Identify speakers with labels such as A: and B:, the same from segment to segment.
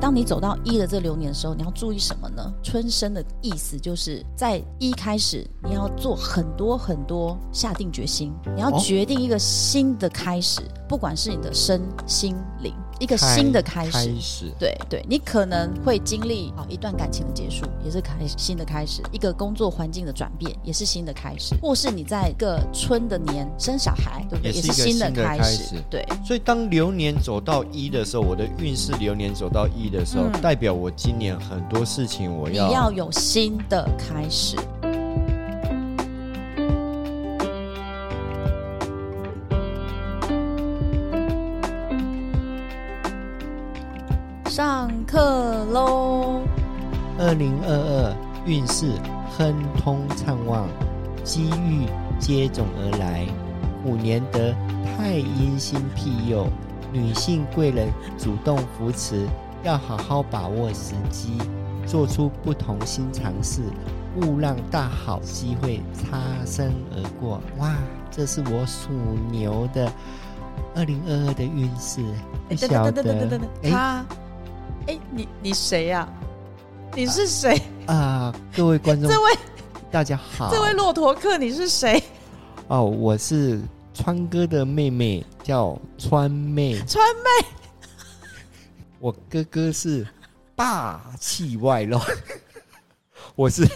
A: 当你走到一的这流年的时候，你要注意什么呢？春生的意思就是在一开始，你要做很多很多，下定决心，你要
B: 哦
A: 决定一个新的开始，不管是你的身心灵，一个新的开始。
B: 开始
A: 对对，你可能会经历啊一段感情的结束，也是开新的开始；一个工作环境的转变，也是新的开始；或是你在一个春的年生小孩，对不对？
B: 也
A: 也
B: 是
A: 是
B: 一个
A: 新的
B: 新的
A: 开
B: 开
A: 始
B: 始。
A: 对，
B: 所以当流年走到一的时候，我的运势流年走到一的时候，
A: 嗯
B: 代表我今年很多事情我
A: 你
B: 要
A: 要有新的开始。上课喽！
B: 二零二二运势亨通畅旺，机遇接踵而来。五年得太阴星庇佑，女性贵人主动扶持，要好好把握时机，做出不同新尝试，勿让大好机会擦身而过。哇，这是我属牛的二零二二的运势。不
A: 哎等
B: 哎晓
A: 等
B: 得
A: 等等等等等，
B: 哎
A: 他，哎，你你谁呀、你是谁？
B: 啊、各位观众，
A: 这位
B: 大家好，
A: 这位骆驼客，你是谁？
B: 哦，我是川哥的妹妹，叫川妹。
A: 川
B: 妹，我哥哥是霸气外露， 我是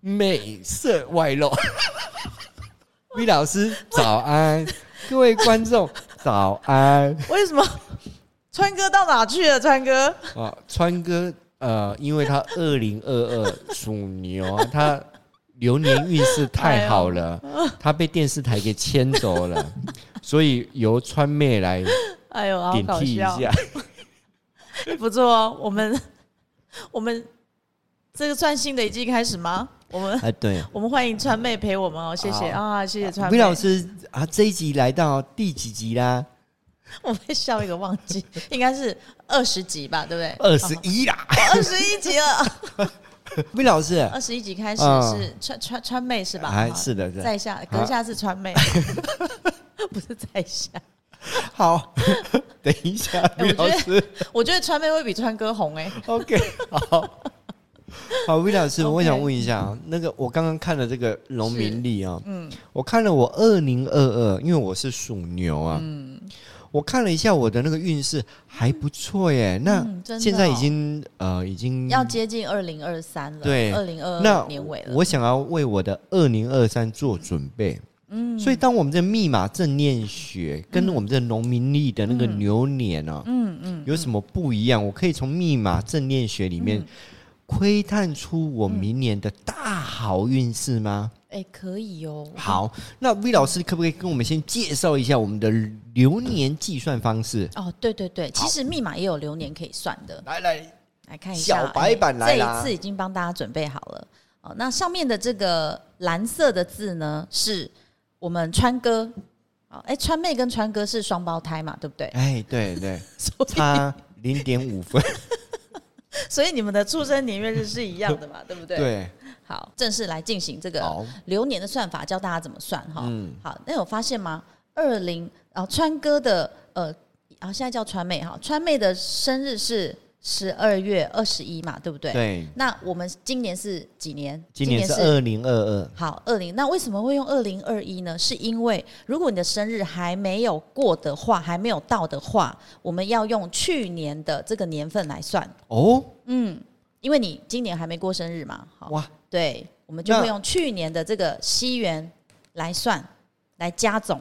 B: 美色外露。V 老师早安，各位观众早安。
C: 为什么？川哥到哪去了？川哥，
B: 啊，川哥，呃，因为他二零二二属牛啊，他流年运势太好了，
C: 哎
B: 他被电视台给牵走了，所以由川妹来
C: 哎呦，好
B: 顶
C: 搞
B: 替一
C: 笑，
B: 下。
C: 不错哦。我们 我们这个算新的一季开始吗？我们
B: 啊，对，
C: 我们欢迎川妹陪我们哦，谢谢
B: 好
C: 啊，谢谢川
B: 魏
C: 妹。
B: 老师啊，这一集来到第几集啦？
C: 我被笑一个忘记， 应该是二十集吧，对不对？
B: 二十一啦，
C: 二十一集了，
B: 魏老师。
C: 二十一集开始
B: 嗯
C: 是川川川妹是吧？
B: 哎，
C: 好
B: 是的，是的，
C: 在下，阁下是川妹， 不是在下。
B: 好， 等一下，魏
C: 哎我觉
B: 老
C: 得
B: 师
C: 我觉得川妹会比川哥红哎、
B: ，OK，好，好，魏老师，我
C: OK
B: 想问一下啊，那个我刚刚看了这个农民历啊，
C: 嗯，
B: 我看了我二零二二，因为我是属牛啊，
C: 嗯
B: 我看了一下我的那个运势还不错耶。那
C: 嗯真的
B: 现在已
C: 哦
B: 经、呃已经
A: 要接近二零二三了，
B: 对
A: 二零二
B: 那
A: 二年尾了。
B: 我想要为我的二零二三做准备。嗯，所以当我们这密码正念学跟我们这农民历的那个牛年啊，
C: 嗯嗯，
B: 有什么不一样？我可以从密码正念学里面窥探出我明年的大好运势吗？
A: 哎，可以哦。
B: 好，那 V 老师可不可以跟我们先介绍一下我们的流年计算方式？
A: 哦，对对对，其实密码也有流年可以算的，
B: 来来，
A: 来看一下
B: 小白板
A: 哎
B: 来
A: 这
B: 啦
A: 一次已经帮大家准备好了。哦，那上面的这个蓝色的字呢，是我们川哥。哦，哎，川妹跟川哥是双胞胎嘛，对不对？
B: 哎，对对，
C: 所以
B: 差零点五分，
C: 所以你们的出生年月日是一样的 嘛，对不对？。
B: 对，
A: 好，正式来进行这个
B: 好，
A: 流年的算法，教大家怎么算哈。
B: 嗯
A: 好，那有发现吗？二零啊，川哥的呃啊，现在叫川妹哈，川妹的生日是十二月二十一嘛，对不对？。
B: 对，
A: 那我们今年是几年？
B: 今年是二零二二，
A: 好，二零。那为什么会用二零二一呢？是因为如果你的生日还没有过的话，还没有到的话，我们要用去年的这个年份来算。
B: 哦，
A: 嗯，因为你今年还没过生日嘛，好，
B: 哇，
A: 对，我们就
B: 那
A: 会用去年的这个西元来算，来加总。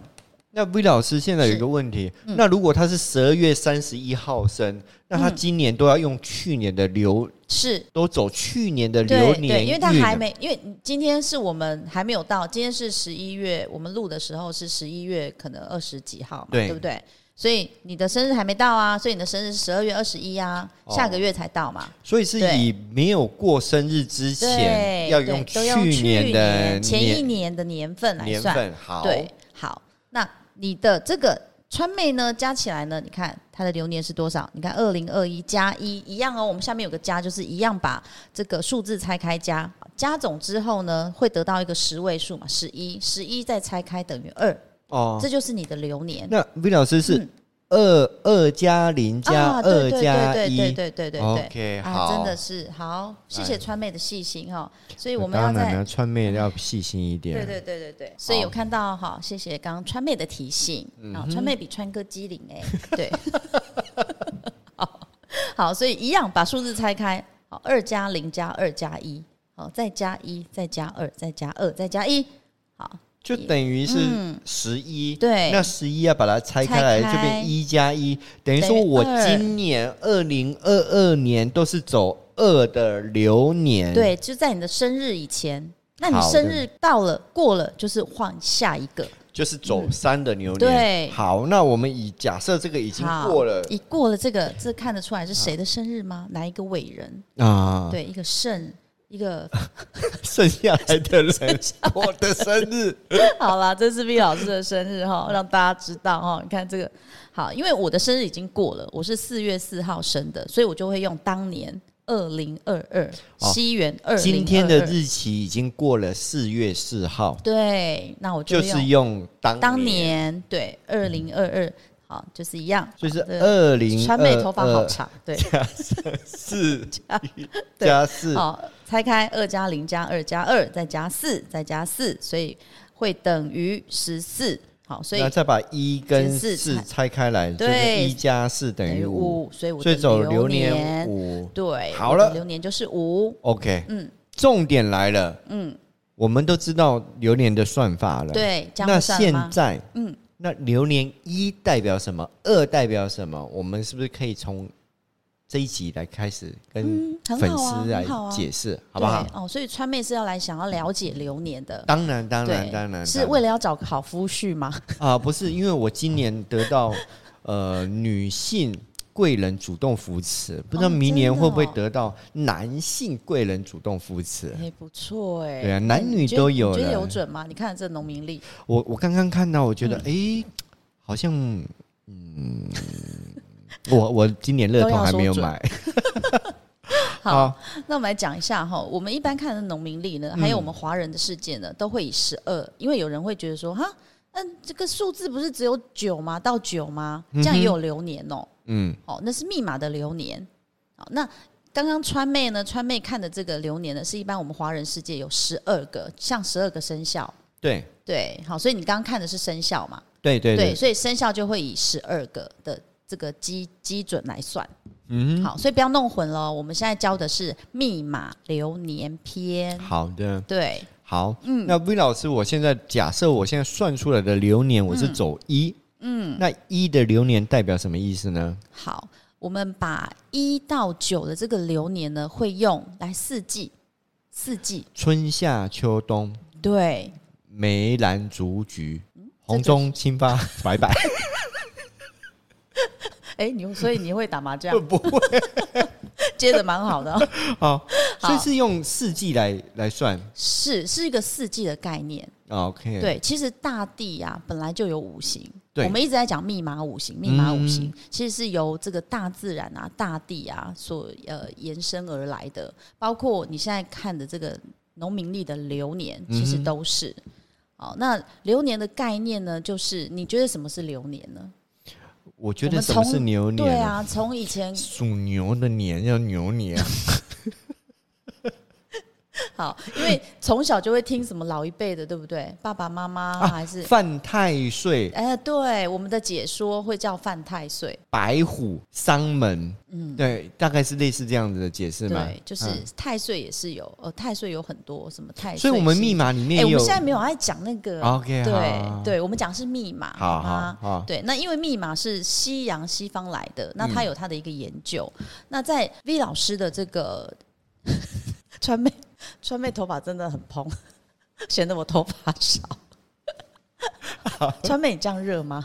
B: 那 V 老师现在有一个问题，
A: 嗯
B: 那如果他是十二月三十一号生，那
A: 嗯
B: 他今年都要用去年的流，
A: 是
B: 都走去年的
A: 对
B: 流
A: 对，
B: 年运啊
A: 因为他还没，因为今天是我们还没有到，今天是十一月，我们录的时候是十一月可能二十几号嘛，
B: 对
A: 不对？所以你的生日还没到啊，所以你的生日是十二月二十一啊，
B: 哦
A: 下个月才到嘛。
B: 所以是
A: 对
B: 以没有过生日之前
A: 对，
B: 要
A: 对
B: 用去
A: 都用去
B: 年的
A: 前一
B: 年
A: 年的年份来
B: 年
A: 算，
B: 份，好，
A: 对，好，那你的这个川妹呢，加起来呢，你看它的流年是多少？你看二零二一加一一样哦，我们下面有个加，就是一样把这个数字拆开加，加总之后呢，会得到一个十位数嘛，十一，十一再拆开等于二，
B: 哦，
A: 这就是你的流年。
B: 那 V 老师是
A: 嗯
B: 二二加零加
A: 啊，对
B: 二
A: 对
B: 加
A: 对
B: 一
A: 对对对对对对
B: OK，
A: 啊，
B: 好
A: 真的是好，谢谢川妹的细心哈，所以我们要
B: 当然
A: 在
B: 了，川妹要细心一点。
A: 对对对对对，所以有看到哈，谢谢刚刚川妹的提醒
B: 嗯
A: 啊，川妹比川哥机灵哎，对， 好，好，所以一样把数字拆开，好，二加零加二加一，好，再加一，再加二，再加二，再加一，好，
B: 就等于是
A: 嗯
B: 十一、
A: 对
B: 那十一要把它拆开来，
A: 拆开
B: 这边一加一，等
A: 等
B: 于
A: 于
B: 说我
A: 二
B: 今年二零二二年都是走二的流年，，
A: 对，就在你的生日以前。那你
B: 哎好的
A: 生日到了过了，就是换下一个。
B: 就是走三的流年。
A: 对
B: 好，那我们以假设这个已经
A: 好，
B: 过了
A: 已过了这个，这看得出来是谁的生日吗？哪一个伟人？
B: 啊，
A: 对，一个圣，一个
B: 剩下来的人，我的生日
C: 好啦，这是 V 老师的生日
B: 嗯
C: 哈，让大家知道哈。你看这个，
A: 好，因为我的生日已经过了，我是四月四号生的，所以我就会用当年二零二二
B: 哦
A: 西元 二零
B: 今天的日期已经过了四月四号，
A: 对，那我就
B: 就
A: 会
B: 是
A: 用
B: 用当
A: 当年对二零二二，好，就是一样，
B: 就是
A: 好这个
B: 二零
A: 川妹头发好长，对，
B: 四
A: 对哦
B: 加四，
A: 好，拆开二加零加二加二再加四再加四，所以会等于十四，好，所以
B: 那再把一跟
A: 减四
B: 四
A: 拆
B: 拆开来，就是
A: 对
B: 一加四等
A: 等
B: 于
A: 于
B: 五，
A: 五，所以我
B: 所以
A: 的
B: 走流
A: 流
B: 年五。
A: 对，
B: 好
A: 我的
B: 了
A: 流年就是五，
B: OK，
A: 嗯
B: 重点来了，
A: 嗯，
B: 我们都知道流年的算法了，，
A: 对，这样
B: 那
A: 会算了
B: 现
A: 吗？
B: 在，嗯
A: 嗯，
B: 那流年一代表什么？二代表什么？我们是不是可以从这一集来开始跟
A: 嗯很
B: 粉
A: 好啊
B: 丝来
A: 很好啊
B: 解释，好不好？
A: 对？哦，所以川妹是要来想要了解流年的，
B: 当然，当
A: 对，
B: 然，当然，
A: 是
B: 当然
A: 为了要找个好夫婿吗？
B: 啊，不是，因为我今年得到呃女性贵人主动扶持，不知道
A: 哦
B: 明年
A: 真的
B: 会不会
A: 哦
B: 得到男性贵人主动扶持。
A: 哎，不错哎，
B: 对啊男女
A: 你觉得
B: 都有
A: 你觉
B: 了
A: 得有准吗？你看这农民历，
B: 我我刚刚看到，我
A: 嗯
B: 觉得诶，好像嗯，我我今年乐
A: 都
B: 透
A: 要
B: 还没
A: 说
B: 有
A: 准
B: 买。 啊
A: 好，那我们来讲一下哈，我们一般看的农民历
B: 嗯
A: 呢，还有我们华人的世界呢，都会以十二，因为有人会觉得说哈。嗯，这个数字不是只有九吗？到九吗？这样也有流年哦、
B: 嗯，
A: 哦，那是密码的流年。哦，那刚刚川妹呢？川妹看的这个流年呢，是一般我们华人世界有十二个，像十二个生肖。
B: 对
A: 对，好，所以你刚刚看的是生肖嘛？
B: 对对对，
A: 所以生肖就会以十二个的这个基基准来算。嗯，好，所以不要弄混了。我们现在教的是密码流年篇。
B: 好的，
A: 对，
B: 好。嗯，那 V 老师，我现在假设我现在算出来的流年我是走一，嗯，那一的流年代表什么意思呢？
A: 好，我们把一到九的这个流年呢，会用来四季，四季
B: 春夏秋冬，
A: 对，
B: 梅兰竹菊，
A: 嗯
B: 红
A: 这个
B: 中 青发白白，
C: 哎，你所以你会打麻将
B: 会， 不会
C: 接的蛮好的哦。
B: 好，
A: 好
B: 所以是用四季来来算。啊
A: 是是一个四季的概念。
B: OK，，
A: 对，其实大地啊本来就有五行，
B: 嗯对
A: 我们一直在讲密码五行，密码五行、
B: 嗯
A: 其实是由这个大自然啊、大地啊所呃延伸而来的，包括你现在看的这个农民历的流年，其实
B: 嗯哼
A: 都是。哦，那流年的概念呢，就是你觉得什么是流年呢？
B: 我觉
A: 我
B: 得
A: 们
B: 什么
A: 从
B: 是牛年？
A: 对，啊，从以前
B: 属牛的年叫牛年，
A: 好，因为从小就会听什么老一辈的，对不对？爸爸妈妈
B: 啊
A: 还是、
B: 犯太岁、
A: 哎，对，我们的解说会叫犯太岁，
B: 白虎、丧门，嗯，对，大概是类似这样子的解释嘛。
A: 对，就是
B: 嗯
A: 太岁也是有，呃，太岁有很多什么太岁星，
B: 所以我们密码里
A: 哎、
B: 面
A: 我
B: 有哦
A: 们现在没有爱讲那个
B: OK，好
A: 对对，我们讲是密码，
B: 好
A: 吗？
B: 好好嗯
A: 对，那因为密码是西洋西方来的，那它有它的一个研究。那在 V 老师的这个
C: 川妹，川妹头发真的很 蓬，显得我头发少。川妹，你这样热吗？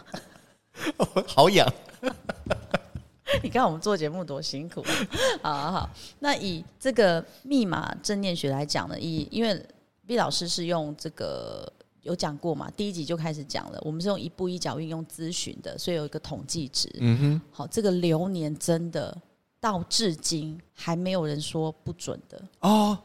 B: 好痒，
C: 你看我们做节目多辛苦。
A: 好好好，那以这个密码正念学来讲呢，以因为 V 老师是用这个有讲过嘛，第一集就开始讲了，我们是用一步一脚印用咨询的，所以有一个统计值。
B: 嗯哼。
A: 好，这个流年真的到至今还没有人说不准的，
B: 哦，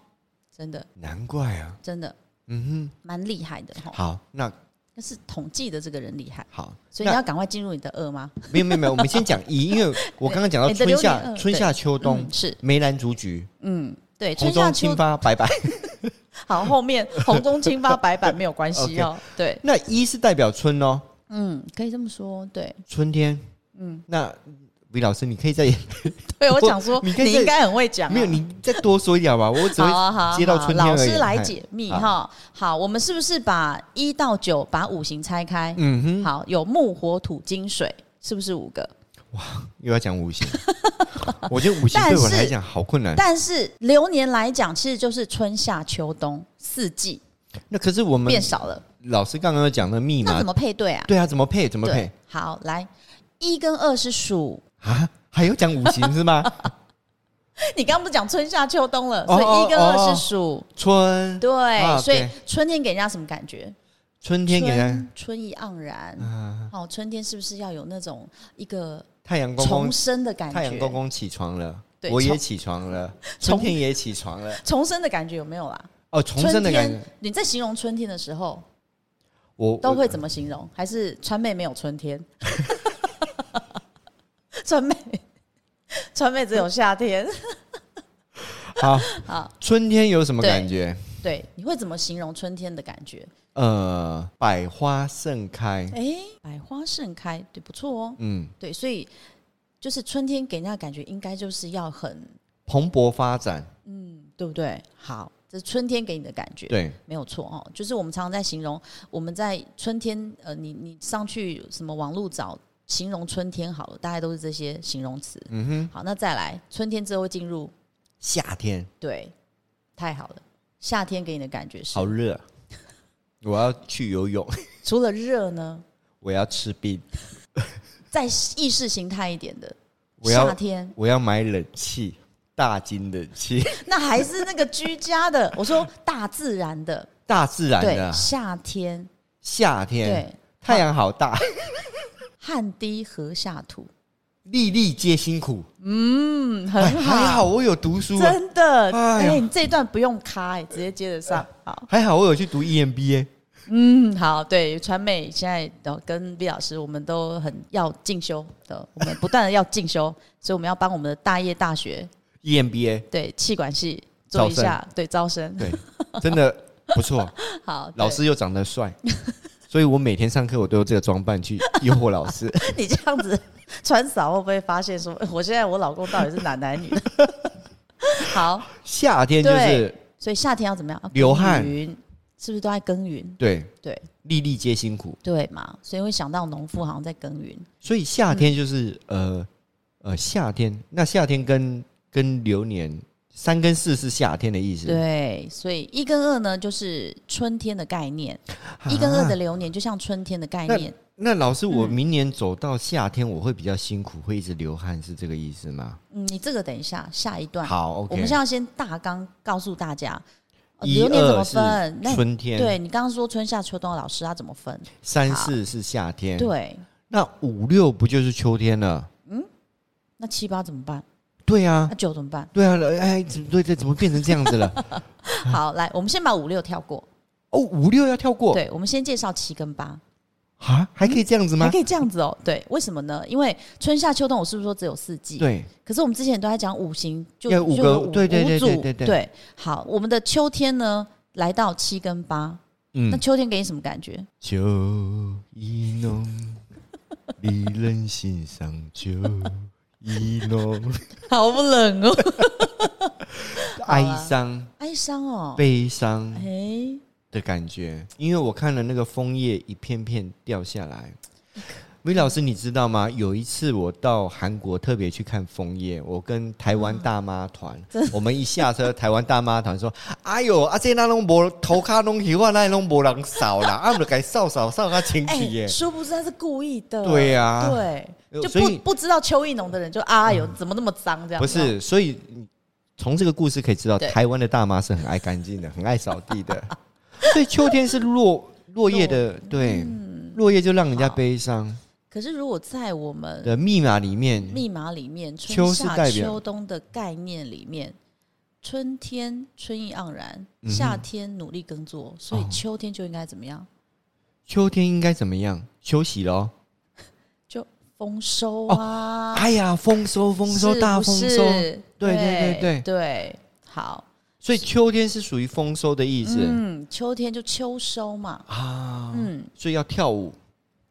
A: 真的
B: 难怪啊。
A: 真的
B: 嗯
A: 蛮厉害的哈。
B: 哼，好，那
A: 但是统计的这个人厉害，
B: 好，
A: 所以
B: 那
A: 你要赶快进入你的二吗？
B: 没有没有没有，我们先讲一，因为我刚刚讲 到
A: 哎你的
B: 春
A: 榴莲
B: 夏
A: 嗯
B: 春夏秋冬
A: 嗯，是，
B: 梅兰竹菊，
A: 嗯，对，
B: 红
A: 春夏
B: 中
A: 秋
B: 青发白白。
A: 好，后面红中青发白板没有关系哦。对，
B: 那一是代表春哦，
A: 嗯，可以这么说。对，
B: 春天。嗯，那韦老师，你可以再
A: 对我想说，
B: 你
A: 你
B: 可以
A: 应该很会讲啊、
B: 没有你再多说一点 好吧？我只
A: 好
B: 会
A: 啊好啊
B: 接到
A: 好啊
B: 春天
A: 老
B: 而已
A: 师来
B: 嗨
A: 解密
B: 好
A: 哈。好，我们是不是把一到九把五行拆开？
B: 嗯哼，
A: 好，有木、火、土、金、水，是不是五个？
B: 又要讲 五行，我觉得五行
A: 但
B: 对我来
A: 是
B: 讲好困难。
A: 但是流年来讲，其实就是春夏秋冬四季
B: 那可是我们
A: 变少了，
B: 老师刚刚有讲的密
A: 那
B: 码
A: 怎，么配对啊？
B: 对啊，怎么配？怎么
A: 对
B: 配，
A: 好，来一跟二是属，
B: 啊？还要讲五行是吗？
A: 你刚刚不是讲春夏秋冬了，所
B: 哦
A: 以一跟
B: 哦哦
A: 二是属。
B: 春
A: 对，
B: 啊
A: 所以
B: 对
A: 春天给人家什么感觉？
B: 春天给人
A: 春春意盎然。
B: 啊，
A: 哦，春天是不是要有那种一个
B: 太阳公公
A: 重生的感觉？
B: 太阳公公起床了，
A: 对
B: 我也
A: 重
B: 起床了，
A: 重
B: 春天也起床了。
A: 重生的感觉有没有啦？
B: 哦，重生的感觉
A: 春，天，你在形容春天的时候
B: 我
A: 都
B: 我
A: 会怎么形容？还是川妹没有春天？ 川妹，川妹只有夏天。
B: 好。
A: 好，
B: 春天有什么
A: 对
B: 感觉？
A: 对，你会怎么形容春天的感觉？
B: 呃，百花盛开，
A: 哎、百花盛开，对，不错哦。
B: 嗯，
A: 对，所以就是春天给人家的感觉，应该就是要很
B: 蓬勃发展，
A: 对不对？好，这是春天给你的感觉，
B: 对，
A: 没有错哦。就是我们常常在形容我们在春天，呃，你你上去什么网络找形容春天好了，大概都是这些形容词。
B: 嗯哼，
A: 好，那再来，春天之后会进入
B: 夏天
A: 对，太好了。夏天给你的感觉是
B: 好，热， 我要去游泳，
A: 除了热呢，
B: 我要吃冰，
A: 再意识形态一点的
B: 我要
A: 夏天，
B: 我要买冷气，大金冷气，
A: 那还是那个居家的。我说大自然的，
B: 大自然
A: 对，
B: 的
A: 夏天，
B: 夏天，
A: 对，
B: 太阳好大，
A: 汗滴禾下土，
B: 粒粒皆辛苦，
A: 嗯，
B: 哎
A: 很
B: 还
A: 好。
B: 好我有读书啊，
A: 真的，
B: 哎
A: 哎、
B: 呀
A: 你这一段不用卡、哎，直接接着上。好，
B: 还好我有去读 E EMBA，
A: 嗯，好，对，传媒现在呃跟毕老师，我们都很要进修的，我们不断的要进修，所以我们要帮我们的大业大学
B: EMBA，
A: 对气管系做一下对招生。
B: 对，真的不错，
A: 好，对
B: 老，师又长得 帅，所以我每天上课我都有这个装扮去诱惑老师。
A: 你这样子穿扫会不会发现说，哎我现在我老公到底是男男女 的？好，
B: 夏天就是
A: 所以夏天要怎么样？要
B: 流汗
A: 耕耘是不是都在耕耘？
B: 对
A: 对
B: 粒粒皆辛苦，
A: 对嘛，所以会想到农夫好像在耕耘。
B: 所以夏天就是、
A: 嗯
B: 呃呃夏天。那夏天跟跟流年三跟四是夏天的意思，
A: 对，所以一跟二呢，就是春天的概念，
B: 啊
A: 一跟二的。流年就像春天的概念。
B: 那老师，
A: 嗯
B: 我明年走到夏天，我会比较辛苦，会一直流汗，是这个意思吗？
A: 嗯，你这个等一下下一段，
B: 好，OK。
A: 我们现在要先大纲告诉大家、呃
B: 一
A: 流年怎
B: 二
A: 么
B: 是
A: 分。那
B: 春天，
A: 对你刚刚说春夏秋冬，老师他怎么分？
B: 三四是夏天，。
A: 对，
B: 那五六不就是秋天了？
A: 那七八怎么办？
B: 对啊
A: 那，九怎么办？
B: 对啊，哎，怎么对对，怎么变成这样子了？
A: 好，来，我们先把五六跳过。
B: 哦，五六要跳过，
A: 对，我们先介绍七跟八，
B: 啊，还可以这样子
A: 还
B: 吗？
A: 可以这样子哦。对，为什么呢？因为春夏秋冬，我是不是说只有四季？
B: 对，
A: 可是我们之前都在讲五行，就
B: 要五
A: 就
B: 个
A: 有五
B: 对对对
A: 五组
B: 对对对
A: 好，我们的秋天呢，来到七跟八，
B: 嗯
A: 那，秋天给你什么感觉？
B: 秋意浓，离人心上秋意浓，
A: 好冷哦，
B: 哀伤、
A: 哀伤哦，
B: 悲伤
A: 哎，
B: 的感觉。因为我看了那个枫叶一片片掉下来。魏老师，你知道吗？有一次我到韩国特别去看枫叶，我跟台湾大妈团，我们一下车，台湾大妈团说：“哎呦，啊这那拢无头卡拢喜欢，那拢无人扫啦，啊我们该扫扫扫他清
A: 哎
B: 气耶。”
A: 殊不知他是故意的，
B: 对呀呃
A: 对，就
B: 所以
A: 不不知道邱意浓的人就啊哟，怎么那么脏这样？
B: 不是，所以你从这个故事可以知道，
A: 对
B: 台湾的大妈是很爱干 净的，很爱扫地的。所以秋天是落落叶的，对，
A: 嗯
B: 落叶就让人家悲伤
A: 可是如果在我们
B: 的密码里面，
A: 嗯密码里面，春
B: 秋是代
A: 夏
B: 表
A: 秋冬的概念里面。春天春意盎然，
B: 嗯哼
A: 夏天努力耕作，所以
B: 哦
A: 秋天就应该怎么样？
B: 秋天应该怎么样？休息喽。
C: 丰收啊，
B: 哎呀，丰收，丰收，
C: 是
B: 大
C: 不
B: 丰
C: 是
B: 收。对对
C: 对
B: 对对
A: 对，好，
B: 所以秋天是属于丰收的意思、
A: 嗯，秋天就秋收嘛，
B: 啊。
A: 嗯，
B: 所以要跳舞。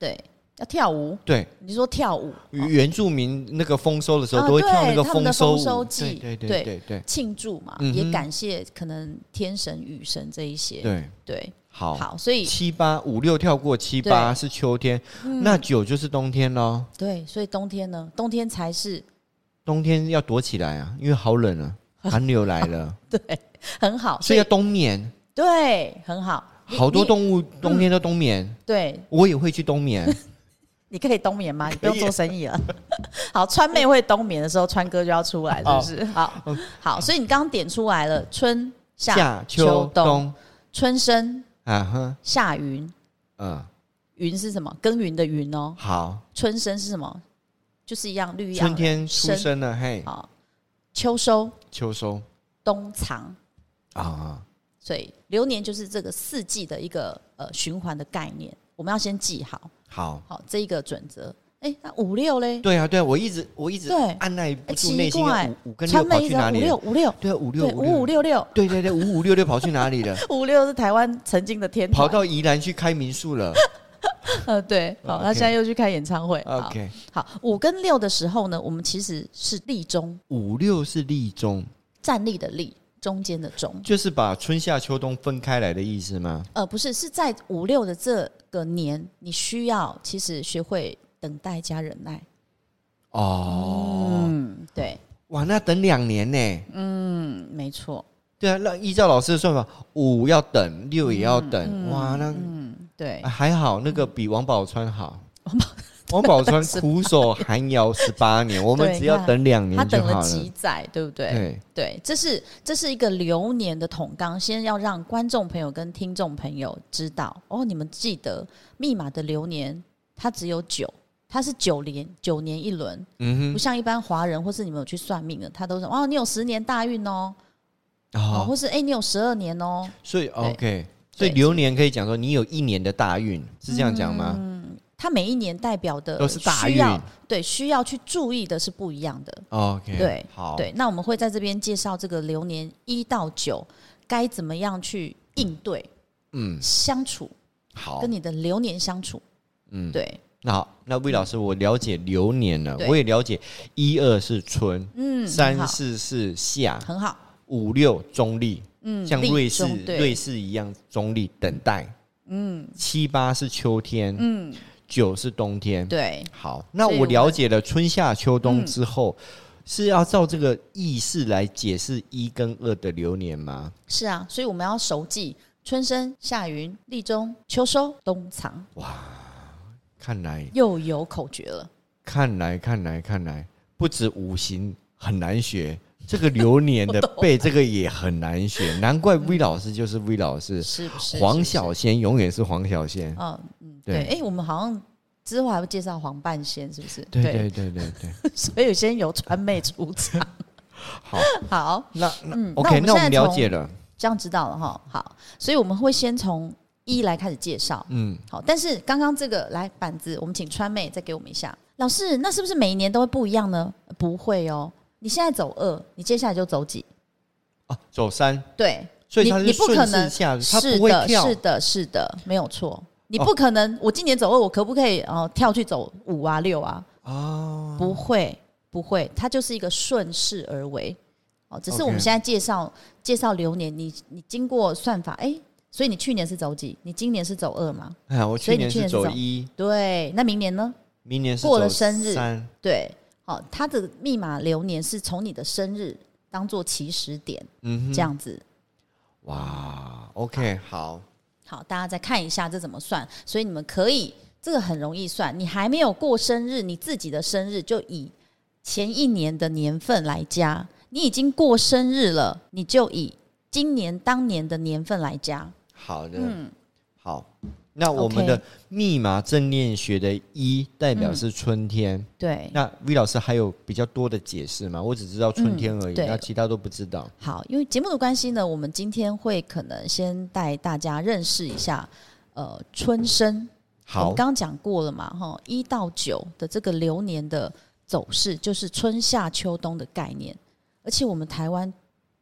A: 对，要跳舞，
B: 对，
A: 你说跳舞哦
B: 原住民那个丰收的时候
A: 啊
B: 都会跳
A: 对
B: 那个
A: 他们的
B: 收
A: 丰收
B: 舞，
A: 季
B: 对对
A: 对
B: 对对
A: 庆祝嘛，
B: 嗯哼
A: 也感谢可能天神、雨神这一些，
B: 对，
A: 对，
B: 好。
A: 好，所以
B: 七八五六跳过七八是秋天，
A: 嗯
B: 那九就是冬天喽。
A: 对，所以冬天呢，冬天才是
B: 冬天要躲起来啊，因为好冷 啊，寒流来了，
A: 很好，
B: 所以要冬眠。
A: 对，很好，你
B: 好多
A: 你嗯
B: 动物冬天都冬眠，
A: 对，
B: 我也会去冬眠。
C: 你可以冬眠吗？你不
B: 可
C: 用
B: 以啊
C: 做生意了。 好，川妹会冬眠的时候，川哥就要出来，是不是？
B: 哦
C: 好，
A: 好，所以你刚刚点出来了，春 夏
B: 夏秋
A: 冬，
B: 冬
A: 春生
B: 啊哈，
A: 夏云，
B: 嗯，
A: 云是什么？耕耘的云哦，
B: 好，
A: 春生是什么？就是一样绿意盎然
B: 春天出生了，嘿，
A: 好，秋收
B: 秋收
A: 冬藏，
B: 啊，
A: 所以流年就是这个四季的一个呃循环的概念，我们要先记好，
B: 好，
A: 好这一个准则。哎、那五六嘞？
B: 对啊，对啊，我一直我一直
A: 对
B: 按耐不
A: 哎
B: 住
A: 奇
B: 内心
A: 怪
B: 的五五跟六
A: 川
B: 跑
A: 妹
B: 去
A: 一
B: 哪
A: 张五
B: 里
A: 六
B: 了？
A: 五六，
B: 对啊，五六
A: 对五五
B: 六，
A: 六六，
B: 对对对，五五六六跑去哪里 了？
C: 五六是台湾曾经的天堂。
B: 跑到宜兰去开民宿了。
C: 呃，对，好，
B: OK
C: 那现在又去开演唱会。好
B: OK，
A: 好，五跟六的时候呢，我们其实是立中
B: 五六是立中，
A: 站立的立，中间的中，
B: 就是把春夏秋冬分开来的意思吗？
A: 呃，不是，是在五六的这个年，你需要其实学会等待加忍耐。
B: 哦，
A: 嗯，对，
B: 哇，那等两年呢？
A: 嗯，没错，
B: 对啊，那依照老师的算法，五要等，六也要等，
A: 嗯
B: 哇，那、
A: 对
B: 啊，还好，那个比王宝钏好。 王宝钏苦守寒窑十八年，我们
A: 对
B: 只要等两
A: 他
B: 年就
A: 等了
B: 好了。
A: 几载，对不对？
B: 对，
A: 对，这是这是一个流年的统纲，先要让观众朋友跟听众朋友知道哦，你们记得密码的流年它只有九，它是九年九年一轮，
B: 嗯
A: 不像一般华人或是你们有去算命的，他都是哦，你有十年大运哦，哦，
B: 哼，好、
A: 或是哎、你有十二年哦，
B: 所以 OK，所
A: 对
B: 以流年可以讲说，你有一年的大运，是这样讲吗？
A: 嗯它每一年代表的
B: 都是大
A: 需
B: 运。
A: 要对需要去注意的是不一样的。
B: OK，
A: 对
B: 好，
A: 对，那我们会在这边介绍这个流年一到九该怎么样去应对
B: 嗯，
A: 相处，
B: 好
A: 跟，你的流年相处。
B: 嗯，
A: 对，
B: 那好，那魏老师，我了解流年了，
A: 嗯对
B: 我也了解一二是春，
A: 嗯，很
B: 三
A: 好
B: 四是夏，
A: 很好，
B: 五六中立，
A: 嗯，
B: 像
A: 立
B: 瑞士
A: 中对
B: 瑞士一样中立等待。嗯，七八是秋天，嗯，九是冬天。
A: 对
B: 好，那
A: 所以
B: 我
A: 我
B: 了
A: 们
B: 解了春夏秋冬之后，是要照这个意识来解释一跟二的流年吗？
A: 是啊，所以我们要熟记春生、夏云、立中、秋收、冬藏，
B: 看来，
A: 又有口诀了。
B: 看来，看来，看来，不止五行很难学。这个 流年的背，这个也很难学，难怪 V 老师就是 V 老师，
A: 是不是
B: 黄小仙永远是黄小仙。
A: 嗯嗯，对，
B: 对
A: 哎、我们好像之后还会介绍黄半仙，是不是？
B: 对对对对 对，
C: 所以先由川妹出场。
B: 好，
A: 好，
B: 那
A: 嗯，
B: OK，那
A: 那
B: 我
A: 我们现
B: 们
A: 在
B: 了
A: 从
B: 解了，
A: 这样知道了哈。好，所以我们会先从一来开始介绍。
B: 嗯，
A: 好，但是刚刚这个来板子，我们请川妹再给我们一下。老师，那是不是每一年都会不一样呢？不会哦，你现在走二，你接下来就走几？
B: 啊，走山，
A: 对，
B: 所以
A: 你
B: 它是
A: 你不
B: 顺
A: 可
B: 势
A: 能
B: 下，它
A: 是
B: 不会
A: 的，
B: 跳，
A: 是的，是的，没有错。你
B: 哦
A: 不可能，我今年走二，我可不可以哦、呃跳去走五啊六啊？
B: 哦，
A: 不会，不会，它就是一个顺势而为。哦，只是
B: OK
A: 我们现在介绍介绍流年，你你经过算法，哎、所以你去年是走几？你今年是走二嘛？
B: 哎呀，我
A: 所以
B: 去
A: 你
B: 年
A: 去
B: 是
A: 年是
B: 走
A: 走
B: 一，
A: 对，那明年呢？
B: 明年是
A: 过了
B: 走
A: 生日
B: 三，
A: 对，好、它的密码流年是从你的生日当做起始点，这
B: 嗯哼，
A: 样子。
B: 哇，OK，好，
A: 好，大家再看一下这怎么算。所以你们可以，这个很容易算。你还没有过生日，你自己的生日就以前一年的年份来加；你已经过生日了，你就以今年当年的年份来加。
B: 好的，
A: 嗯
B: 好，那我们的密码正念学的一代表是春天，
A: 对，
B: 那 V 老师还有比较多的解释吗？我只知道春天而
A: 嗯
B: 已，
A: 对
B: 那其他都不知道。
A: 好，因为节目的关系呢，我们今天会可能先带大家认识一下，呃春生，我
B: 好
A: 们，刚刚讲过了嘛，哈，一到九的这个流年的走势，就是春夏秋冬的概念。而且我们台湾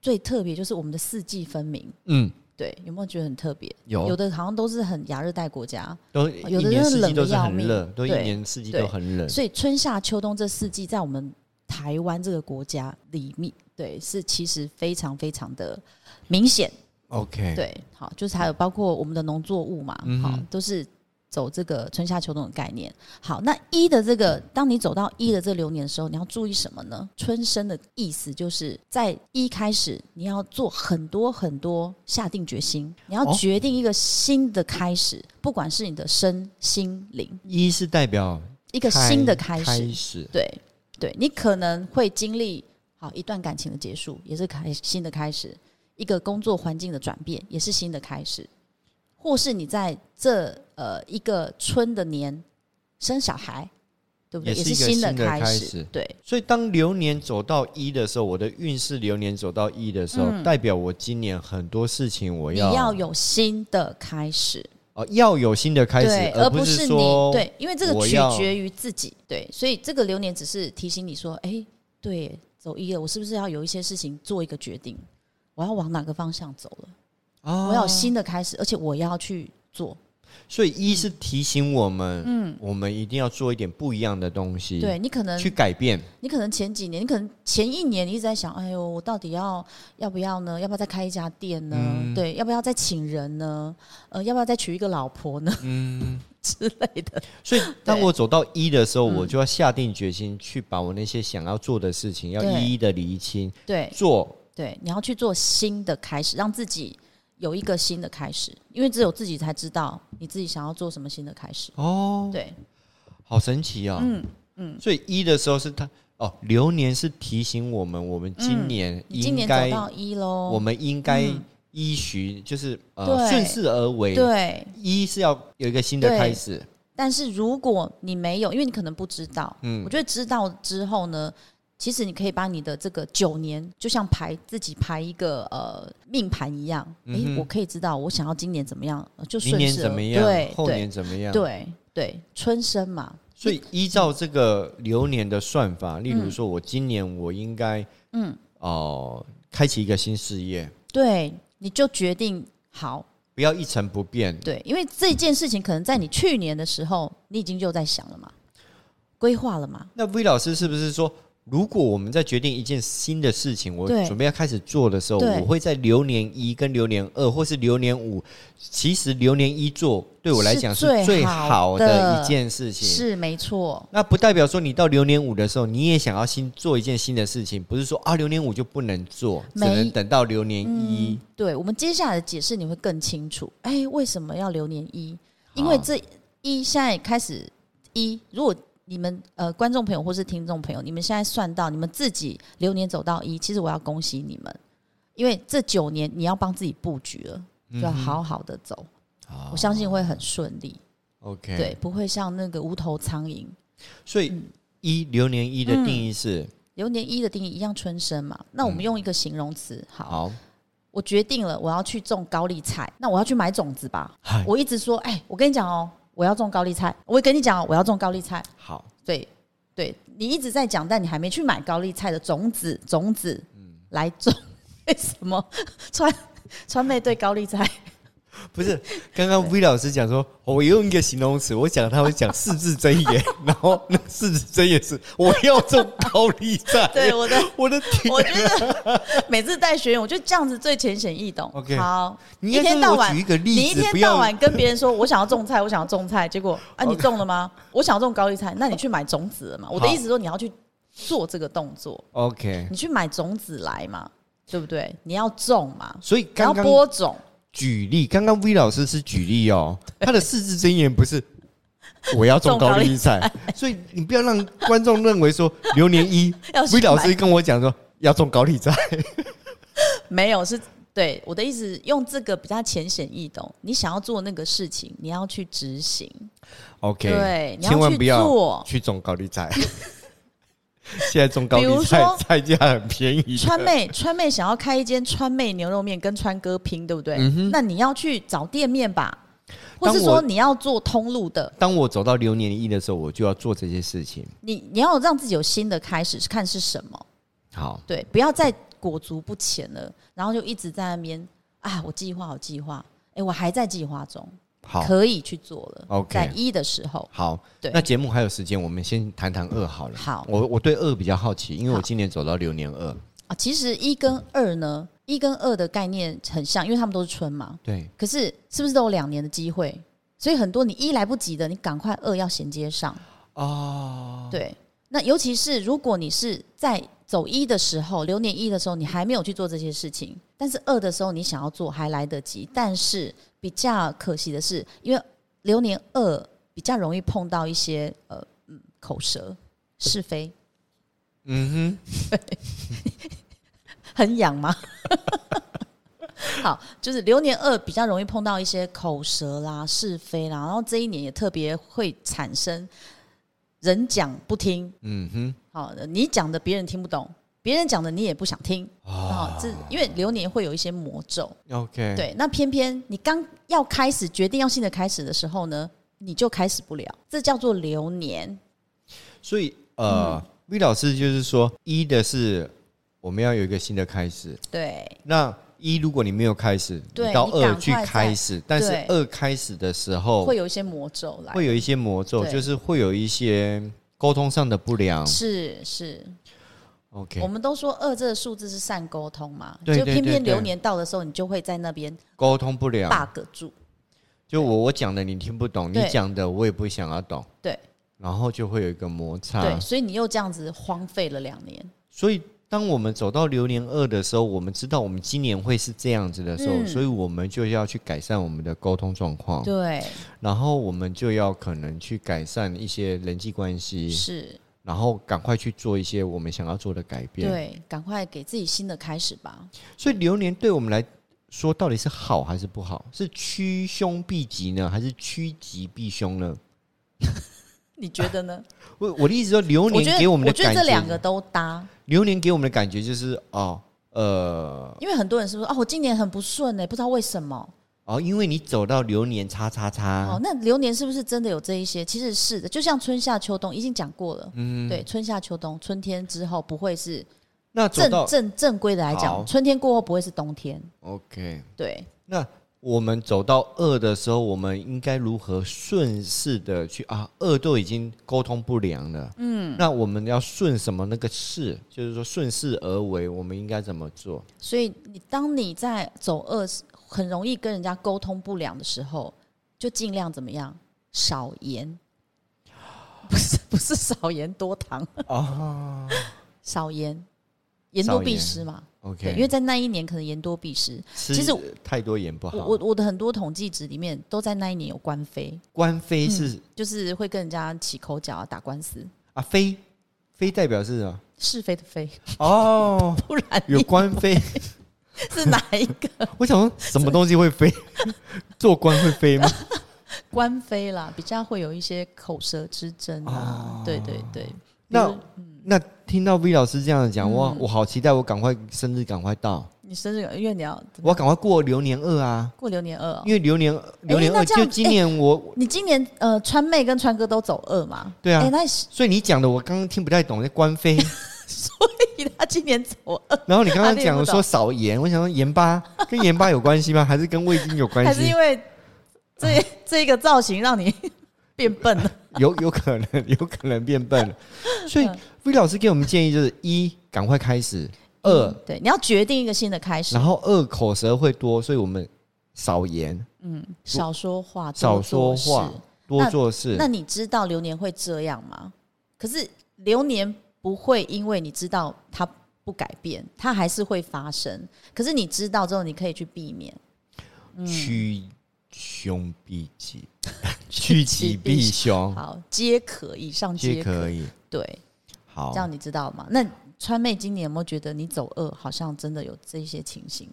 A: 最特别就是我们的四季分明，
B: 嗯，
A: 对，有没有觉得很特别？
B: 有
A: 有的好像都是很亚热带国家，
B: 都
A: 有
B: 一
A: 的
B: 年
A: 就是
B: 四季
A: 冷
B: 都
A: 得
B: 是
A: 要
B: 很
A: 命
B: 热，都一
A: 对
B: 年四季
A: 对
B: 都很冷。
A: 所以春夏秋冬这四季在我们台湾这个国家里面，对，是其实非常非常的明显。
B: OK，
A: 对，好，就是还有包括我们的农作物嘛，
B: 嗯哼
A: 好，都是走这个春夏秋冬的概念。好，那一的这个，当你走到一的这个流年的时候，你要注意什么呢？春生的意思就是在一开始，你要做很多很多，下定决心，你要
B: 哦
A: 决定一个新的开始，不管是你的身心灵，
B: 一是代表
A: 一
B: 一
A: 个新的
B: 开
A: 开始。
B: 始
A: 对，对你可能会经历好一段感情的结束，也是开新的开始；一个工作环境的转变，也是新的开始；或是你在这呃一个春的年生小孩，对不对？
B: 也
A: 也
B: 是一个
A: 新的
B: 新的开
A: 始。
B: 始
A: 对，
B: 所以当流年走到一的时候，我的运势流年走到一的时候，代表我今年很多事情我
A: 嗯你
B: 要
A: 要有新的开始，
B: 哦要有新的开
A: 对，
B: 始，
A: 而
B: 不
A: 是你
B: 说
A: 对，因为这
B: 我
A: 个取
B: 要
A: 决于自己。对，所以这个流年只是提醒你说，哎，对，走一了，我是不是要有一些事情做一个决定？我要往哪个方向走了？
B: 啊
A: 我要有新的开始，而且我要去做。
B: 所以
A: 嗯
B: 一是提醒我们，嗯，我们一定要做一点不一样的东西，
A: 对，你可能
B: 去改变。
A: 你可能前几年，你可能前一年你一直在想，哎呦，我到底要要不要呢？要不要再开一家店呢？
B: 嗯
A: 对，要不要再请人呢？呃，要不要再娶一个老婆呢？嗯之类的。
B: 所以当
A: 对嗯
B: 我走到一的时候，我就要下定决心去把我那些想要做的事情，要
A: 对
B: 一一的厘清，
A: 对
B: 做
A: 对，你要去做新的开始，让自己有一个新的开始，因为只有自己才知道你自己想要做什么新的开始。
B: 哦，
A: 对，
B: 好神奇哦，嗯嗯。所以一的时候是他哦，流年是提醒我们，我们今年
A: 嗯你今
B: 应
A: 年
B: 该
A: 走，到一喽，
B: 我们应该依循，就是呃
A: 对
B: 顺势而为。
A: 对，
B: 一是要有一个新的
A: 对
B: 开始，
A: 但是如果你没有，因为你可能不知道，
B: 嗯
A: 我觉得知道之后呢，其实你可以把你的这个九年，就像排自己排一个呃命盘一样，诶，我可以知道我想要今年怎么样，呃就
B: 嗯明
A: 顺
B: 年
A: 势而
B: 怎么样，
A: 对
B: 后
A: 对
B: 年怎么样，
A: 对对，春生嘛，
B: 所以依照这个流年的算法，
A: 嗯
B: 例如说，我今年我应该，嗯，哦、开启一个新事业，
A: 对，你就决定好。
B: 不要一成不变。
A: 对，因为这件事情可能在你去年的时候，你已经就在想了嘛，规划了嘛，
B: 那 V 老师是不是说，如果我们在决定一件新的事情，我
A: 对
B: 准备要开始做的时候，
A: 对
B: 我会在流年一跟流年二，或是流年五，其实流年一做对我来讲
A: 是
B: 是
A: 最
B: 最
A: 好
B: 好
A: 的
B: 的一件事情。
A: 是没错，
B: 那不代表说你到流年五的时候，你也想要新做一件新的事情，不是说啊流年五就不能做，只
A: 没嗯
B: 能等到流年一。
A: 对我们接下来的解释你会更清楚。哎，为什么要流年一？因为
B: 好
A: 这一现在开始一，如果你们呃观众朋友或是听众朋友，你们现在算到你们自己流年走到一，其实我要恭喜你们，因为这九年你要帮自己布局了，就要好好的走，
B: 嗯好
A: 我相信会很顺利，
B: OK，
A: 对，嗯不会像那个无头苍蝇。
B: 所以一流年一的定义是、
A: 流年一的定义一样春生嘛，那我
B: 嗯
A: 们用一个形容词，好，
B: 好，
A: 我决定了我要去种高丽菜，那我要去买种子吧，
B: 嗨，
A: 我一直说，哎、我跟你讲哦，我要种高丽菜，我跟你讲哦，我要种高丽菜。
B: 好，
A: 对，对你一直在讲，但你还没去买高丽菜的种子，种子，来种。为什么 川川妹对高丽 菜？
B: 不是刚刚 V 老师讲说，哦我用一个形容词，我讲他会讲四字真 言，然后那四字真言是我要种高丽菜，
A: 对我的，
B: 我的天，
A: 我觉得每次带学员，我觉得这样子最浅显易懂。
B: OK
A: 好，
B: 你
A: 一
B: 应该
A: 天
B: 跟
A: 到
B: 我
A: 晚
B: 举一个例
A: 你一
B: 子
A: 天
B: 不
A: 到
B: 要
A: 晚跟别人说我想要种菜，我想要种菜，结果 啊，你种了吗？我想要种高丽菜，那你去买种子了嘛？我的
B: 好
A: 意思说你要去做这个动作。
B: OK，
A: 你去买种子来嘛，对不对？你要种嘛，
B: 所以
A: 你要
B: 刚刚
A: 播种，
B: 举例，刚刚 V 老师是举例哦，他的四字真言不是。我要
A: 种
B: 种
A: 高
B: 高
A: 丽
B: 丽菜，所以你不要让观众认为说流年一
A: 要去
B: ，V 老
A: 买
B: 师跟我讲说要种高丽菜，
A: 没有是对我的意思，用这个比较浅显易懂。你想要做那个事情，你要去执行，
B: OK，
A: 对你要
B: 千万
A: 去
B: 不要
A: 做
B: 去种高丽菜。 现在种高丽
A: 比
B: 菜
A: 如说
B: 菜价很便宜，
A: 川妹，川妹想要开一间川妹牛肉面，跟川哥拼，对不对？那你要去找店面吧。或是
B: 嗯当
A: 说
B: 我
A: 你要做通路的，
B: 当我走到流年一的时候，我就要做这些事情。
A: 你你要让自己有新的开始，看是什么，
B: 好，
A: 对，不要再裹足不前了，然后就一直在那边啊，我计划，我计划，哎、我还在计划中，
B: 好，
A: 可以去做了。
B: OK
A: 在一的时候，
B: 好。
A: 对
B: 那节目还有时间，我们先谈谈二好了。
A: 好
B: 我我对二比较好奇，因为我
A: 好
B: 今年走到流年二。
A: 啊，其实一跟二呢，一跟二的概念很像，因为他们都是春嘛，
B: 对，
A: 可是是不是都有两年的机会？所以很多你一来不及的，你赶快二要衔接上。
B: 哦，
A: 对，那尤其是如果你是在走一的时候，流年一的时候，你还没有去做这些事情，但是二的时候你想要做还来得及。但是比较可惜的是，因为流年二比较容易碰到一些呃嗯口舌是非，
B: 嗯哼，
A: 很痒吗？好，就是流年二比较容易碰到一些口舌啦、是非啦，然后这一年也特别会产生人讲不听，
B: 嗯哼，
A: 好，你讲的别人听不懂，别人讲的你也不想听啊、这因为流年会有一些魔咒，
B: OK，，
A: 对。那偏偏你刚要开始决定要新的开始的时候呢，你就开始不了，这叫做流年。
B: 所以呃、v
A: 嗯
B: 老师就是说，一的是我们要有一个新的开始。
A: 对，
B: 那一如果你没有开始，
A: 对
B: 你到
A: 你
B: 二
A: 赶
B: 去
A: 快
B: 开
A: 再
B: 始，但是
A: 对
B: 二开始的时候
A: 会有一些魔咒来，
B: 哦会有一些魔咒，
A: 对
B: 就是会有一些沟通上的不良。
A: 是是，我
B: OK，
A: 们都说二这个数字是善沟通嘛，
B: 对
A: 就
B: 对
A: 偏
B: 对
A: 偏
B: 对
A: 流年到的时候，你就会在那边
B: 沟通不良，
A: bug 住，
B: 就我我讲的你听不懂，你
A: 对
B: 讲的我也不想要懂，
A: 对
B: 然后就会有一个摩擦
A: 对，。所以你又这样子荒废了两年。
B: 所以当我们走到流年二的时候，我们知道我们今年会是这样子的时候，
A: 嗯
B: 所以我们就要去改善我们的沟通状况，
A: 对，
B: 然后我们就要可能去改善一些人际关系，
A: 是，
B: 然后赶快去做一些我们想要做的改变。
A: 对，赶快给自己新的开始吧。
B: 所以流年对我们来说到底是好还是不好？是趋凶避吉呢，还是趋吉避凶呢？
A: 你觉得 呢？
B: 我我的意思说，流
A: 我觉
B: 年
A: 得
B: 给我们的
A: 觉
B: 感
A: 得
B: 觉，
A: 这两个都搭，
B: 流年给我们的感觉就是哦，呃，
A: 因为很多人是说啊，我今年很不顺呢、不知道为什么。
B: 哦，因为你走到流年叉叉
A: 哦
B: 叉，，
A: 那流年是不是真的有这一些？其实是的，就像春夏秋冬已经讲过了。嗯，对，春夏秋冬，春天之后不会是
B: 那走
A: 正
B: 到
A: 正正规的来
B: 好
A: 讲，春天过后不会是冬天。
B: OK，
A: 对，
B: 那我们走到二的时候，我们应该如何顺势的去啊？二都已经沟通不良了，嗯，那我们要顺什么那个势？就是说顺势而为，我们应该怎么做？
A: 所以你当你在走二，很容易跟人家沟通不良的时候，就尽量怎么样少言， 不是不是少言多糖
B: 哦
A: 少言，言
B: 少
A: 多
B: 言
A: 必失嘛。
B: ，OK，
A: 对，因为在那一年可能言多必失。
B: 其
A: 其实
B: 太多盐不好。
A: 我我我的很多统计值里面都在那一年有官非，
B: 官非是、
A: 嗯就是会跟人家起口角啊、打官司，
B: 啊，非非代表是什么？
A: 是非的非。
B: 哦，
A: 不然
B: 有
A: 你
B: 官非，
A: 是哪一个
B: 我想说什么东西会飞？ 做官会 飞吗？
A: 官非啦？比较会有一些口舌之争啊。
B: 哦
A: 对对对，
B: 那
A: 嗯
B: 那听到 V 老师这样讲，我我好期待，我赶快生日赶快到，
A: 你生日因为你要
B: 我要赶快过流年二啊，
A: 过流年二、哦
B: 因，为流年流年
A: 那
B: 二
A: 这样
B: 就今年我，
A: 你今年呃川妹跟川哥都走二嘛？
B: 对啊
A: 哎、 那所
B: 所以你讲的我刚刚听不太懂，那 官非，
A: 以他今年走二，
B: 然后你刚刚
A: 他听不
B: 讲
A: 懂
B: 说少盐，我想说盐巴跟盐巴有关系吗？还是跟味精有关
A: 还是
B: 系
A: 因？为这 这个造型让你 变笨了？
B: 有有可能， 有可能变笨了。所
A: 嗯
B: 以 V 老师给我们建议就是：一，赶快开始；二，
A: 嗯对，你要决定一个新的开始
B: 然，后二口舌会多，所以我们少言、
A: 少说话，多
B: 少
A: 做
B: 说话
A: 事。、
B: 多做事
A: 那。你知道流年会这样吗？可是流年不会，因为你知道它不改变，它还是会发生。可是你知道之后，你可以去避免。
B: 趋
A: 嗯
B: 凶避 吉，趋吉避凶，
A: 好，皆可，以上
B: 嗯皆
A: 皆可。
B: 可以。
A: 对，
B: 好
A: 这，样你知道吗？那川妹今年有没有觉得你走二好像真的有这些情形？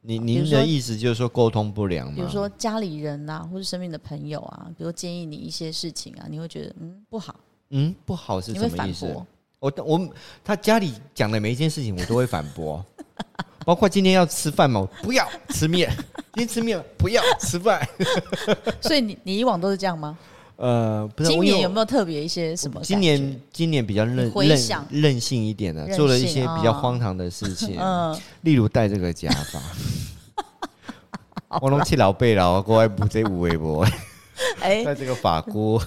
B: 您
A: 比如
B: 您的
A: 说
B: 意思就是说沟通不良
A: 比如
B: 吗？
A: 说家里人啊，或是身边的朋友啊，比如建议你一些事情啊，你会觉得嗯不好，
B: 嗯，不好是
A: 你会
B: 什么
A: 反
B: 意思？
A: 驳。
B: 我我他家里 讲的每一件事情，我都会反驳，包括今天要吃饭嘛，我不要吃面，今天吃面吗不要失败。
A: 所以你你以往都是这样吗？
B: 呃， 不是，
A: 今
B: 我
A: 年有没有特别一些什么感觉？
B: 今年今年比较任
A: 回
B: 任
A: 想
B: 任性一点的，
A: 任
B: 做了一
A: 性
B: 些比较
A: 哦
B: 荒唐的事情，
A: 嗯，
B: 例如戴这个假 发。我拢去老辈了，我国外不这五微博，
C: 哎、
B: 戴这个发箍，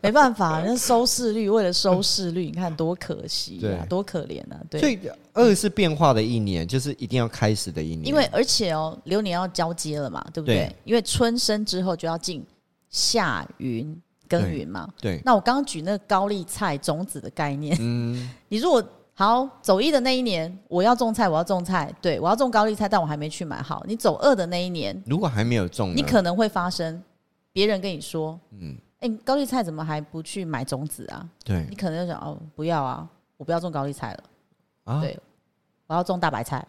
C: 没办法，那收视率为了收视率，你看多可惜呀、
B: 对
C: 多可怜啊！
B: 所
C: 对，
B: 以二是变化的一年，就是一定要开始的一年。
A: 因为而且哦，流年要交接了嘛，对不对？
B: 对
A: 因为春生之后就要进夏云耕耘嘛。
B: 对，
A: 那我刚刚举那个高丽菜种子的概念，
B: 嗯，
A: 你如果好走一的那一年，我要种菜，我要种菜，对我要种高丽菜，但我还没去买好。你走二的那一年，
B: 如果还没有中呢，
A: 你可能会发生别人跟你说，
B: 嗯
A: 嗯，哎、你高丽菜怎么还不去买种子啊？
B: 对
A: 你可能就想哦，不要啊，我不要种高丽菜了，
B: 啊，
A: 对我要种大白菜。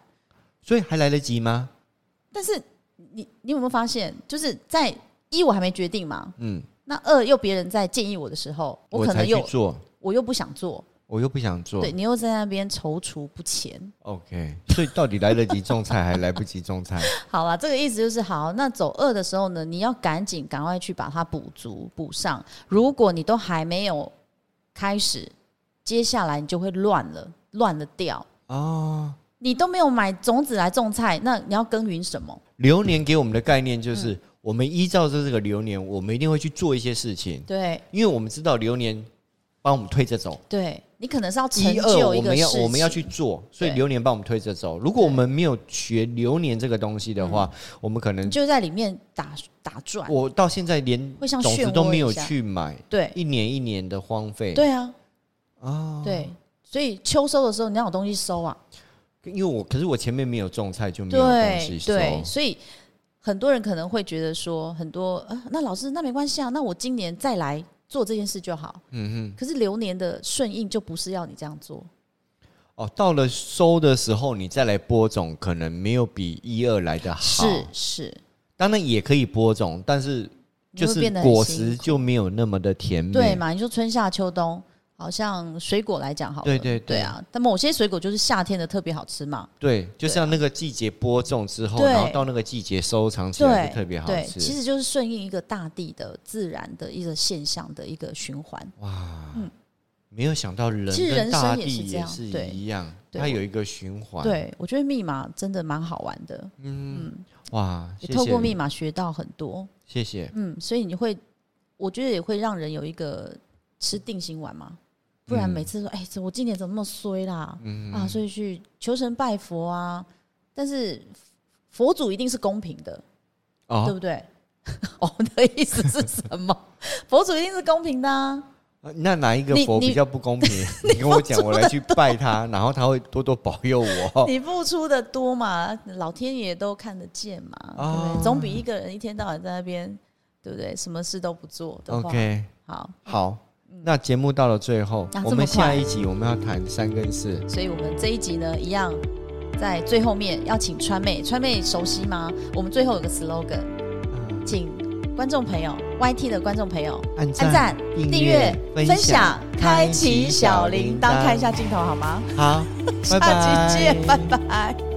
B: 所以还来得及吗？
A: 但是你你有没有发现，就是在一我还没决定嘛，
B: 嗯，
A: 那二又别人在建议我的时候，我可
B: 才
A: 能又
B: 去
A: 我
B: 做，
A: 又不想做，
B: 我又不想做
A: 对。你又在那边踌躇不前。
B: OK，所以到底来得及种菜，还来不及种 菜？
A: 好了，这个意思就是好。那走二的时候呢，你要赶紧赶快去把它补足补上。如果你都还没有开始，接下来你就会乱了，乱了掉。
B: 哦，
A: 你都没有买种子来种菜，那你要耕耘什么？
B: 流年给我们的概念就是，我们依照着这个流年，我们一定会去做一些事情，
A: 对
B: 因为我们知道流年帮我们推着走。
A: 对，你可能是要成
B: 一二
A: 就
B: 我
A: 一个
B: 们
A: 事
B: 要
A: 情，
B: 我们要去做，所以
A: 对
B: 流年帮我们推着走。如果我们没有学流年这个东西的话，我们可
A: 你
B: 能
A: 嗯就在里面打打转。
B: 我到现在连
A: 会像
B: 种
A: 漩
B: 子
A: 涡
B: 都没有
A: 一下
B: 去买，
A: 对
B: 一年一年的荒废。
A: 对啊，
B: 啊，
A: 对，所以秋收的时候你要有东西收啊。
B: 因为我可是我前面没有种菜，就没有东西
A: 对
B: 收。
A: 对，所以很多人可能会觉得说，很多啊，那老师那没关系啊，那我今年再来做这件事就好。
B: 嗯
A: 可是流年的顺应就不是要你这样做，
B: 哼，哦，到了收的时候，你再来播种，可能没有比一二来的好。
A: 是是，
B: 当然也可以播种，但是
A: 你
B: 就
A: 会
B: 是
A: 变得很
B: 果
A: 辛
B: 实就没有那么的甜美。
A: 对嘛？你说春夏秋冬，好像水果来讲好了，
B: 对对对
A: 对啊，但某些水果就是夏天的特别好吃嘛，
B: 对，就像那个季节播种之后，
A: 对
B: 然后到那个季节收藏起来
A: 对，
B: 就特别好
A: 对，其
B: 吃。
A: 实就是顺应一个大地的自然的一个现象的一个循环。
B: 没有想到人
A: 其嗯实
B: 跟
A: 人生
B: 大
A: 也
B: 地
A: 是这
B: 也
A: 样
B: 是
A: 对
B: 一样，
A: 对
B: 它
A: 我
B: 有一个循环。，
A: 对，我觉得密码真的蛮好玩的，
B: 哇，
A: 也
B: 谢嗯谢
A: 透过密码学到很多。
B: 谢谢。
A: 嗯，所以你会，我觉得也会让人有一个吃定心丸嘛，不然
B: 嗯
A: 每次说，哎、这我今年怎么那么衰啦？啊，所以去求神拜佛啊，但是佛祖一定是公平的，对
B: 哦，
A: 不对？ 哦，你的意思是什么？佛祖一定是公平的、啊，
B: 那哪一个
A: 你
B: 佛
A: 你
B: 比较不公平？ 你跟我讲，我来去拜他，然后他会多多保佑我。
A: 你付出的多嘛，老天爷都看得见嘛，对不
B: 哦
A: 对？总比一个人一天到晚在那边，对不对？什么事都不做的话
B: OK，
A: 好，
B: 好，那节目到了最后
A: 啊，这
B: 我
A: 么
B: 们下
A: 快
B: 一集我们要谈三跟四。
A: 所以我们这一集呢，一样在最后面要请川妹，川妹熟悉吗？我们最后有个 slogan，
B: 嗯
A: 请观众朋友，YT 的观众朋友
B: 按
A: 按赞、订阅、分享、开启小铃铛，看一下。镜头好吗？
B: 好，
A: 下
B: 拜拜，
A: 期见，拜拜。